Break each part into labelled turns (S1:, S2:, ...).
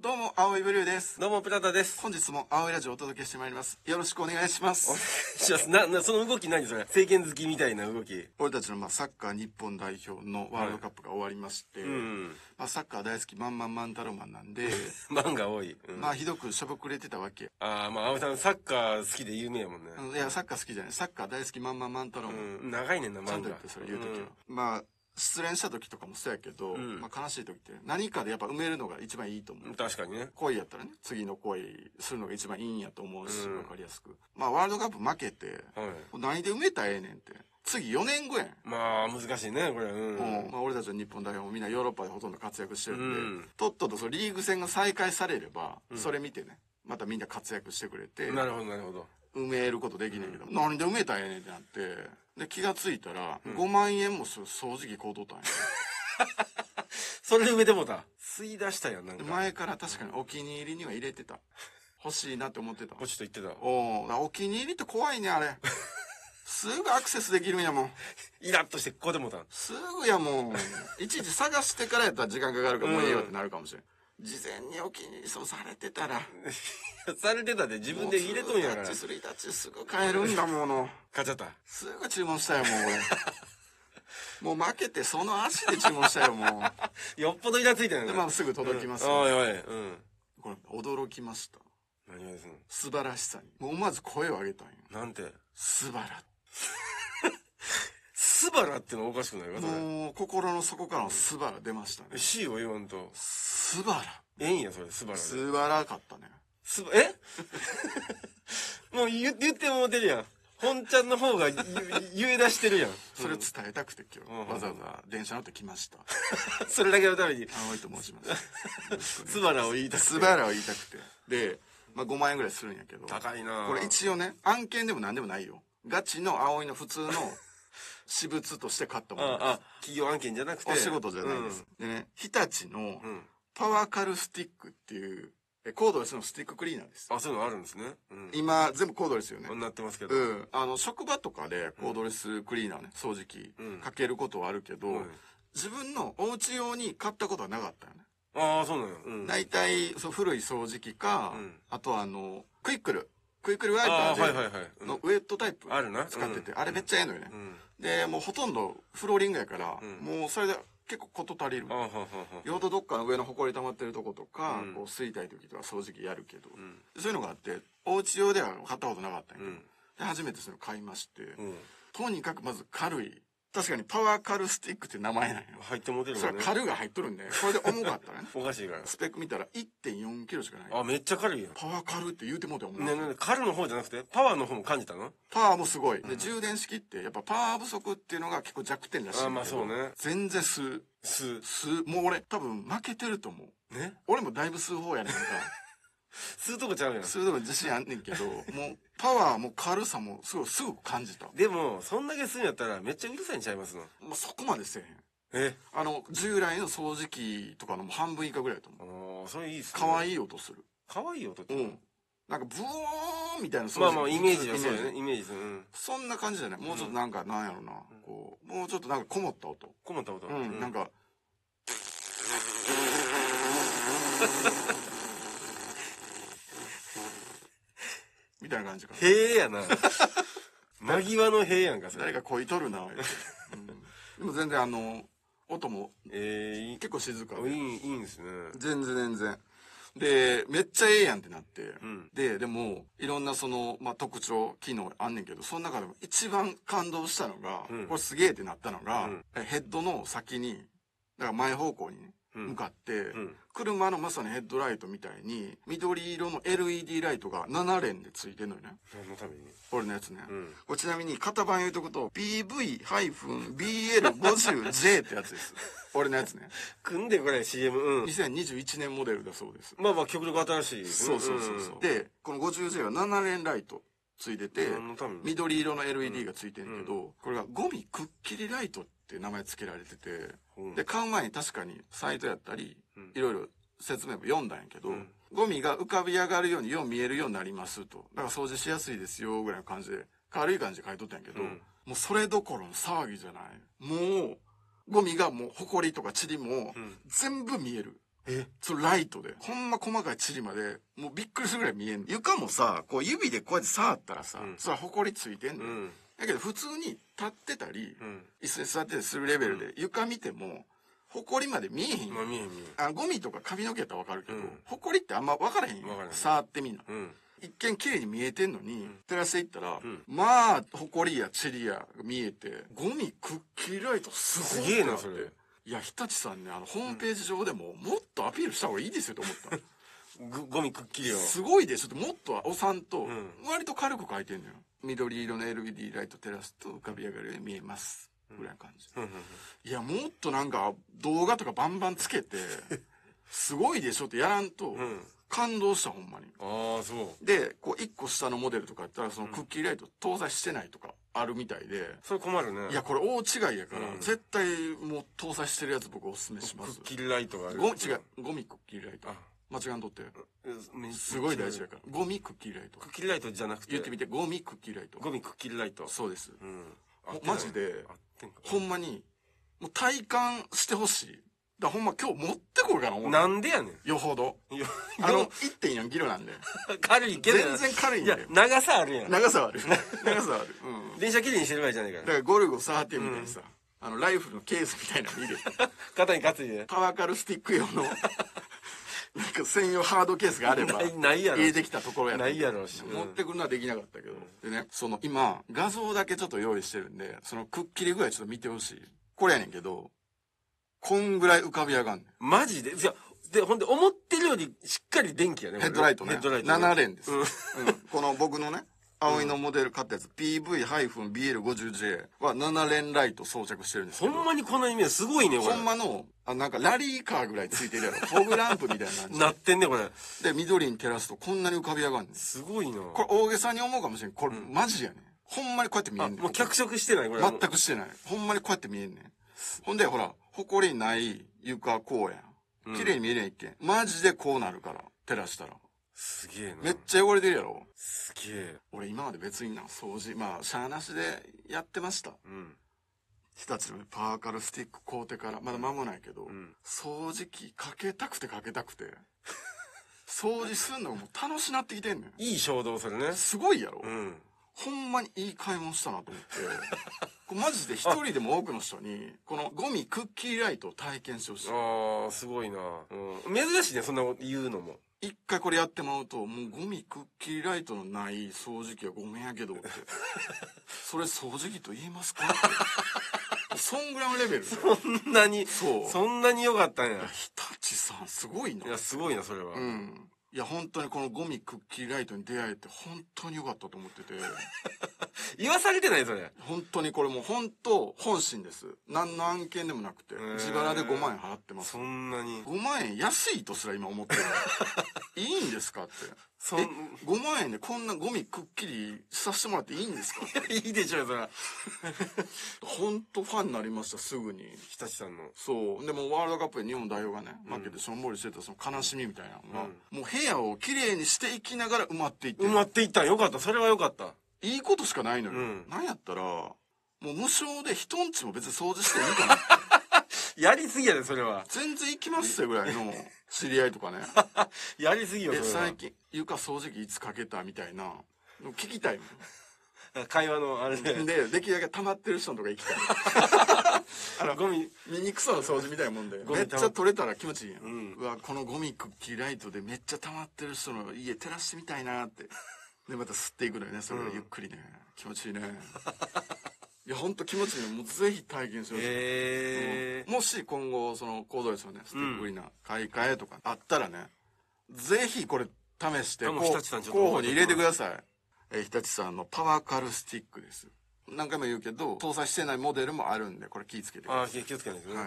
S1: どうも、青いブルーです。
S2: どうも、プラダです。
S1: 本日も青いラジオをお届けしてまいります。よろしくお願いしま
S2: お願
S1: す。
S2: いします。な、な、その動き何それ政権好きみたいな動き。
S1: 俺たちのまあサッカー日本代表のワールドカップが終わりまして、
S2: うん。
S1: まあ、サッカー大好きマンマンマンタロマン なんで、
S2: 漫画多い。うん、
S1: まあひどくしょぼくれてたわけ。
S2: ああ、まあ、青井さん、サッカー好きで有名やもんね。
S1: あのいや、サッカー好きじゃない。サッカー大好きマンマンマンタロマン。
S2: うん。長いねんな、
S1: ちゃん
S2: 漫
S1: と
S2: 画
S1: 言って、。それ言うときは。まあ、失恋した時とかもそうやけど、
S2: ん
S1: まあ悲しい時って何かでやっぱ埋めるのが一番いいと思う。
S2: うん確かにね。
S1: 恋やったらね、次の恋するのが一番いいんやと思うし、
S2: うん
S1: わかりやすく。まあ、ワールドカップ負けて、
S2: はい。
S1: 何で埋めたらええねんって。次4年後やん。
S2: まあ、難しいね、これ。うん。
S1: もうまあ、俺たちの日本代表もみんなヨーロッパでほとんど活躍してるんで、
S2: うん
S1: とっととそのリーグ戦が再開されれば、それ見てね、またみんな活躍してくれて、
S2: なるほど、なるほど。
S1: 埋めることできねえけど、何で埋めたらええねんってなって、で、気がついたら、5万円もする掃除機買うとったん や。
S2: それで埋めてもうた。吸い出したやん、なん
S1: で
S2: か。
S1: 前から確かにお気に入りには入れてた。欲しいなって思ってた。
S2: ポチッと言ってた。
S1: おお、だからお気に入りって怖いね、あ れ。すぐアクセスできるんやもん。
S2: イラッとして、こうでもうた。
S1: すぐやもん。いちいち探してからやったら時間かかるからもうええよってなるかもしれん。事前にお気に入りそうされてたら。
S2: されてたで、自分で入れとんやから
S1: もう。すぐタッチするタッチすぐ買えるんだもの。
S2: 買っちゃった。
S1: すぐ注文したよ、もう 俺。もう負けてその足で注文したよ、もう。
S2: よっぽどイラついたん
S1: で、
S2: や
S1: ま
S2: な
S1: あ。すぐ届きますよ、
S2: おいおい。うん。
S1: これ、驚きました。
S2: 何がですの
S1: 素晴らしさに。もう思わず声を上げたんよ。
S2: なんて。
S1: 素晴ら。
S2: スバラってのおかしくないかそれ。
S1: もう、心の底からの素晴ら出ましたね。
S2: C を言わんと。
S1: 素晴ら。
S2: ええんや、それ、スバラで。
S1: 素晴らかったね。
S2: すば、え もう言言ってもうてるやん。本ちゃんの方が言言え出してるやん。
S1: それを伝えたくて今
S2: うん
S1: 日、わざわざ電車乗って来ま した。
S2: それだけのために、
S1: 青いと申します。
S2: スバラを言い出す
S1: 素。晴らを言いたくて。で、まあ、5万円ぐらいするんやけど。
S2: 高いなぁ
S1: これ一応ね、案件でも何でもないよ。ガチの葵の普通の 私物として買ったも
S2: あ
S1: ので
S2: あ、企業案件じゃなくて。
S1: す。お仕事じゃないんです。でね、日立の
S2: うん。うん。
S1: パワーカルスティックっていう、えコードレスのスティッククリーナーです。
S2: あ、そういうのあるんですね。うん。
S1: 今、全部コードレスよね。
S2: なってますけど。
S1: う
S2: うん。
S1: ん。あの、職場とかでコードレスクリーナーね、掃除機
S2: うん
S1: かけることはあるけど、自分のお家用に買ったことはなかったよね。
S2: ああ、そうなの。うん。
S1: 大体、そう、古い掃除機か、
S2: うん
S1: あとあの、クイックル、クイックルワイ
S2: あ
S1: パ
S2: あ、はい
S1: ー
S2: はい
S1: で、
S2: はい。うん
S1: のウェットタイプ
S2: あるな
S1: 使ってて、
S2: うん
S1: あれめっちゃええのよね
S2: う、ん。
S1: で、もうほとんどフローリングやから、
S2: うん
S1: もうそれで結構こと足りる
S2: あ。あ、はあはあはあ。
S1: 用途どっかの上の埃溜まってるとことか、
S2: うん
S1: こう吸いたい時とか掃除機やるけど、
S2: うん。
S1: そういうのがあって、お家用では買ったことなかったんやけど、
S2: うん。
S1: で、初めてそれを買いまして、
S2: うん。
S1: とにかくまず軽い。確かにパワーカルスティックって名前なんよ。
S2: 入ってもうてる
S1: そ
S2: も
S1: れは
S2: んね。
S1: カルが入っとるんで、これで重かったらね。
S2: おかしいから。
S1: スペック見たら1.4キロしかない。
S2: あ、めっちゃ軽いやん。
S1: パワーカルって言うてもうて思う。
S2: ねねね、軽の方じゃなくて、パワーの方も感じたの
S1: パワーもすごい。で、充電式って、やっぱパワー不足っていうのが結構弱点らしいんだけど。
S2: あまあそうね
S1: 全然吸う。
S2: す、
S1: 吸う。もう俺、多分負けてると思う。
S2: ね
S1: 俺もだいぶ吸う方 やねんか。
S2: 吸うとこちゃうやん。
S1: 吸うのも自信あんねんけど、もう、パワーも軽さもすごい、すぐ感じた。
S2: でも、そんだけするんやったら、めっちゃうるさいんちゃいますの。
S1: もうそこまでせえへん。
S2: え
S1: あの、従来の掃除機とかのもう半分以下ぐらいだと思
S2: あ
S1: う。
S2: あ、それいいっすね。
S1: かわ
S2: いい。
S1: いい音する。
S2: かわいい音って。
S1: うん。なんか、ブオーンみたいな掃除機
S2: まあまあ、イメージはそう
S1: イ
S2: や
S1: メー
S2: ね。イメージする。うん。
S1: そんな感じじゃない。もうちょっとなんか、なんやろな。こう、もうちょっとなんかこもった音。
S2: 困った音。
S1: うん、なん
S2: か。
S1: か、みたいな感じ かな。
S2: へえやな。間際のへえやんか、そ
S1: 誰
S2: れ。
S1: か恋取る な、言うてうん、でも全然あの、音も
S2: ええ、いい
S1: 結構静か
S2: い
S1: で。
S2: い、いいんすね。
S1: 全然全然。で、めっちゃええやんってなって。
S2: うん。
S1: で、でも、いろんなその、まあ、特徴、機能あんねんけど、その中でも一番感動したのが、
S2: うん
S1: これすげえってなったのが、
S2: うん
S1: えヘッドの先に、だから前方向にね、
S2: うん
S1: 向かって、
S2: うん。
S1: 車のまさにヘッドライトみたいに、緑色の LED ライトが7連でついてんのよね。
S2: 何のために
S1: 俺のやつね。
S2: うん。
S1: これちなみに、型番言うとくと、PV-BL50J ってやつです。俺のやつね。
S2: 組んで、これ CM。うん。
S1: 2021年モデルだそうです。
S2: まあまあ、極力新しいです
S1: そ
S2: ね。
S1: うそうそうそう。
S2: ん。
S1: で、この 50J は7連ライトついてて、
S2: 何のために
S1: 緑色の LED がついてるけど、これがゴミくっきりライトって名前付けられてて、
S2: うん
S1: で、買う前に確かにサイトやったり、
S2: うん
S1: いろいろ説明も読んだんやけど、
S2: うん
S1: ゴミが浮かび上がるようによう見えるようになりますと。だから掃除しやすいですよ、ぐらいの感じで、軽い感じで書いとったんやけど、
S2: うん
S1: もうそれどころの騒ぎじゃない。もう、ゴミがもう、埃とか塵も
S2: うん、
S1: 全部見える。
S2: え
S1: そのライトで。ほんま細かい塵まで、もうびっくりするぐらい見えんねん。床もさ、こう指でこうやって触ったらさ、
S2: うん
S1: そら埃ついてん
S2: う
S1: の、ん。
S2: ん
S1: だけど普通に立ってたり、
S2: うん
S1: 椅子に座ってたりするレベルで、床見ても、埃まで見えへんやん
S2: まあ見えへん見
S1: あゴミとか髪の毛やったらわかるけど、
S2: うん
S1: 埃ってあんま分からへんよ
S2: 分からへん
S1: 触ってみんな
S2: えへんうん
S1: 一見綺麗に見えてんのに、照らしていったら、
S2: ん
S1: まあ埃や塵や見えてゴミくっきりライトすごい
S2: すげえなそれ
S1: いや日立さんねあのホームページ上でも、もっとアピールした方がいいですよと思った
S2: ぐゴミくっきりを
S1: すごいでちょっともっとおさんと、
S2: ん
S1: 割と軽く書いてんのよ緑色の LED ライト照らすと浮かび上がるように見えますぐらいの感じ、
S2: うんうんうん
S1: いや、もっとなんか動画とかバンバンつけ て、すごいでしょってやらんと
S2: ん、
S1: 感動したほんまに。
S2: ああそう
S1: で、こう一個下のモデルとかやったら、そのクッキーライト搭載してないとかあるみたいで、
S2: それ困るね
S1: いや、これ大違いやから
S2: う、ん
S1: 絶対もう搭載してるやつ僕おすすめしま
S2: くっ
S1: す。
S2: きりライトがある
S1: ゴミ、違う、ゴミクッキーライト
S2: あ。
S1: 間違んとって。
S2: うん
S1: すごい大事やから。ゴミクッキーライト
S2: く。っきりライトじゃなくて
S1: 言ってみて、ゴミクッキーライト。
S2: ゴミくっきりライト
S1: そうです。
S2: うん
S1: ほマジで
S2: 合ってんか
S1: ほんまに、もう体感してほしい。だからほんま今日持ってこようかな、思う
S2: なんでやね
S1: よほ ど。
S2: んいや
S1: あの、1.4キロなんで。
S2: 軽いけど
S1: 全然軽いん
S2: い
S1: だ
S2: や
S1: よ。
S2: 長さあるやん
S1: 長さはある。 長さはある。うん。
S2: 電車きれいにしてる場合じゃないか
S1: だかららゴルゴ13みたいにさ、あの、ライフルのケースみたいなのに 入れて、
S2: 肩に担いで
S1: パワーカルスティック用の、なんか専用ハードケースがあれば、
S2: ないないやろ
S1: 入れてきたところやった
S2: ないやろし
S1: 持ってくるのはできなかったけど。でね、その今、画像だけちょっと用意してるんで、そのくっきり具合ちょっと見てほしい。これやねんけど、こんぐらい浮かび上がんねん。
S2: マジでいやでほんで思ってるよりしっかり電気やね
S1: ヘッドライトね。
S2: ヘッドライト
S1: 7連です。
S2: うん
S1: うんこの僕のね、葵のモデル買ったやつ、PV-BL50J は7連ライト装着してるんですけ
S2: ほ
S1: ど、
S2: んまにこのイメージすごいねこれ
S1: ほんまの、あなんかラリーカーぐらいついて るやろ。フォグランプみたいな感じ
S2: なってんねこれ
S1: で。緑に照らすとこんなに浮かび上がるんです。
S2: すごいな
S1: これ大げさに思うかもしれん。これマジやねん。ほんまにこうやって見え
S2: あ
S1: んねん。
S2: もう脚色してないこれ
S1: 全くしてない。ほんまにこうやって見えんねん。ほんで、ほら、埃ない床公園。綺麗に見えねん一見。マジでこうなるから、照らしたら。
S2: すげえな
S1: めっちゃ汚れてるやろ。
S2: すげえ
S1: 俺今まで別にな掃除まあしゃあなしでやってました
S2: うん
S1: 日立のパーカルスティック買うてからまだ間もないけど、
S2: ん
S1: 掃除機かけたくてかけたくて掃除すんのがもう楽しなってきてんねん
S2: いい衝動それね
S1: すごいやろ、
S2: うん
S1: ほんまにいい買い物したなと思って これマジで一人でも多くの人にこのゴミクッキーライトを体験してほしい
S2: ああすごいな、うん、珍しいねそんなこと言う のも
S1: 一回これやってもらうともうゴミクッキーライトのない掃除機はごめんやけ どってそれ掃除機と言いますかってそんぐらいのレベル
S2: そんなに
S1: そう
S2: そんなに良かったんや
S1: 日立さんすごいない
S2: やすごいなそれは、
S1: うんいや本当にこのゴミクッキーライトに出会えて本当に良かったと思ってて
S2: 言わされてないそれ
S1: 本当にこれもう本当本心です何の案件でもなくて
S2: ー
S1: 自腹で5万円払ってます
S2: そんなに
S1: 5万円安いとすら今思ってる いいんですかって
S2: そん
S1: え5万円でこんなゴミくっきりさせてもらっていいんですか
S2: いいでしょそれ
S1: 本当ファンになりましたすぐに
S2: 日立さんの
S1: そうでもワールドカップで日本代表がね負けてしょんぼりしてたその悲しみみたいなのが、もう部屋をきれいにしていきながら埋まっていって
S2: 埋
S1: る、
S2: まっていったんよかったそれはよかった
S1: いいことしかないのよ、
S2: うん
S1: なんやったらもう無償で人んちも別に掃除していいかな
S2: やりすぎやでそれは
S1: 全然行きますよぐらいの知り合いとか ね
S2: やりすぎよ
S1: え
S2: それ
S1: 最近床掃除機いつかけたみたいなの聞きたいもん
S2: は会話のあれで
S1: で、できるだけ溜まってる人のとか行きたい。あの、
S2: ゴミ
S1: 醜さの掃除みたいなもんで。
S2: ゴミ溜ま
S1: めっちゃ取れたら気持ちいいやん。うんわ、このゴミクッキーライトでめっちゃ溜まってる人の家照らしてみたいなって。で、また吸っていくのよね、それがゆっくりね。気持ちいいね。いや、ほんと気持ちいいの。もうぜひ体験してほしい。
S2: え
S1: もし今後、その、コードレスのね、スティック売りな買い替えとかあったらね、ぜひこれ試して、
S2: あもう
S1: こ
S2: 日
S1: う
S2: 立さんちょっと
S1: 候補に入れてください。えー、日立さんのパワーカルスティックです。何回も言うけど、搭載してないモデルもあるんで、これ気ぃつけてく
S2: ー、あ
S1: だ
S2: あ
S1: さ
S2: 気をつけないと
S1: い。
S2: ね、
S1: は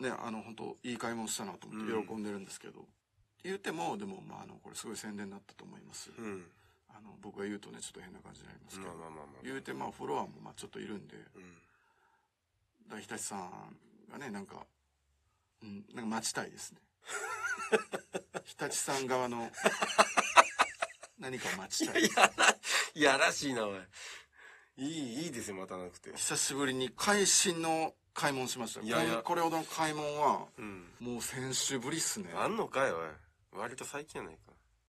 S1: い。ね、あの、本当いい買い物したなと思
S2: う
S1: っ
S2: ん
S1: て喜んでるんですけど、言っても、でも、まあ、あの、これすごい宣伝になったと思います。
S2: うん
S1: あの、僕が言うとね、ちょっと変な感じになりますけど
S2: まあ、まあまあまあ
S1: 言うて、まあ、フォロワーもまあ、ちょっといるんで、
S2: うん
S1: だから日立さんがねなんかうんなんか待ちたい ですね日立さん側の何かを待ちたい
S2: い やらしいなおいいいいいですよ待たなくて
S1: 久しぶりに会心の買い物しました
S2: いやいや
S1: これこれほどの買い物は
S2: うん
S1: もう先週ぶりっすね
S2: あんのかいおい割と最近やないか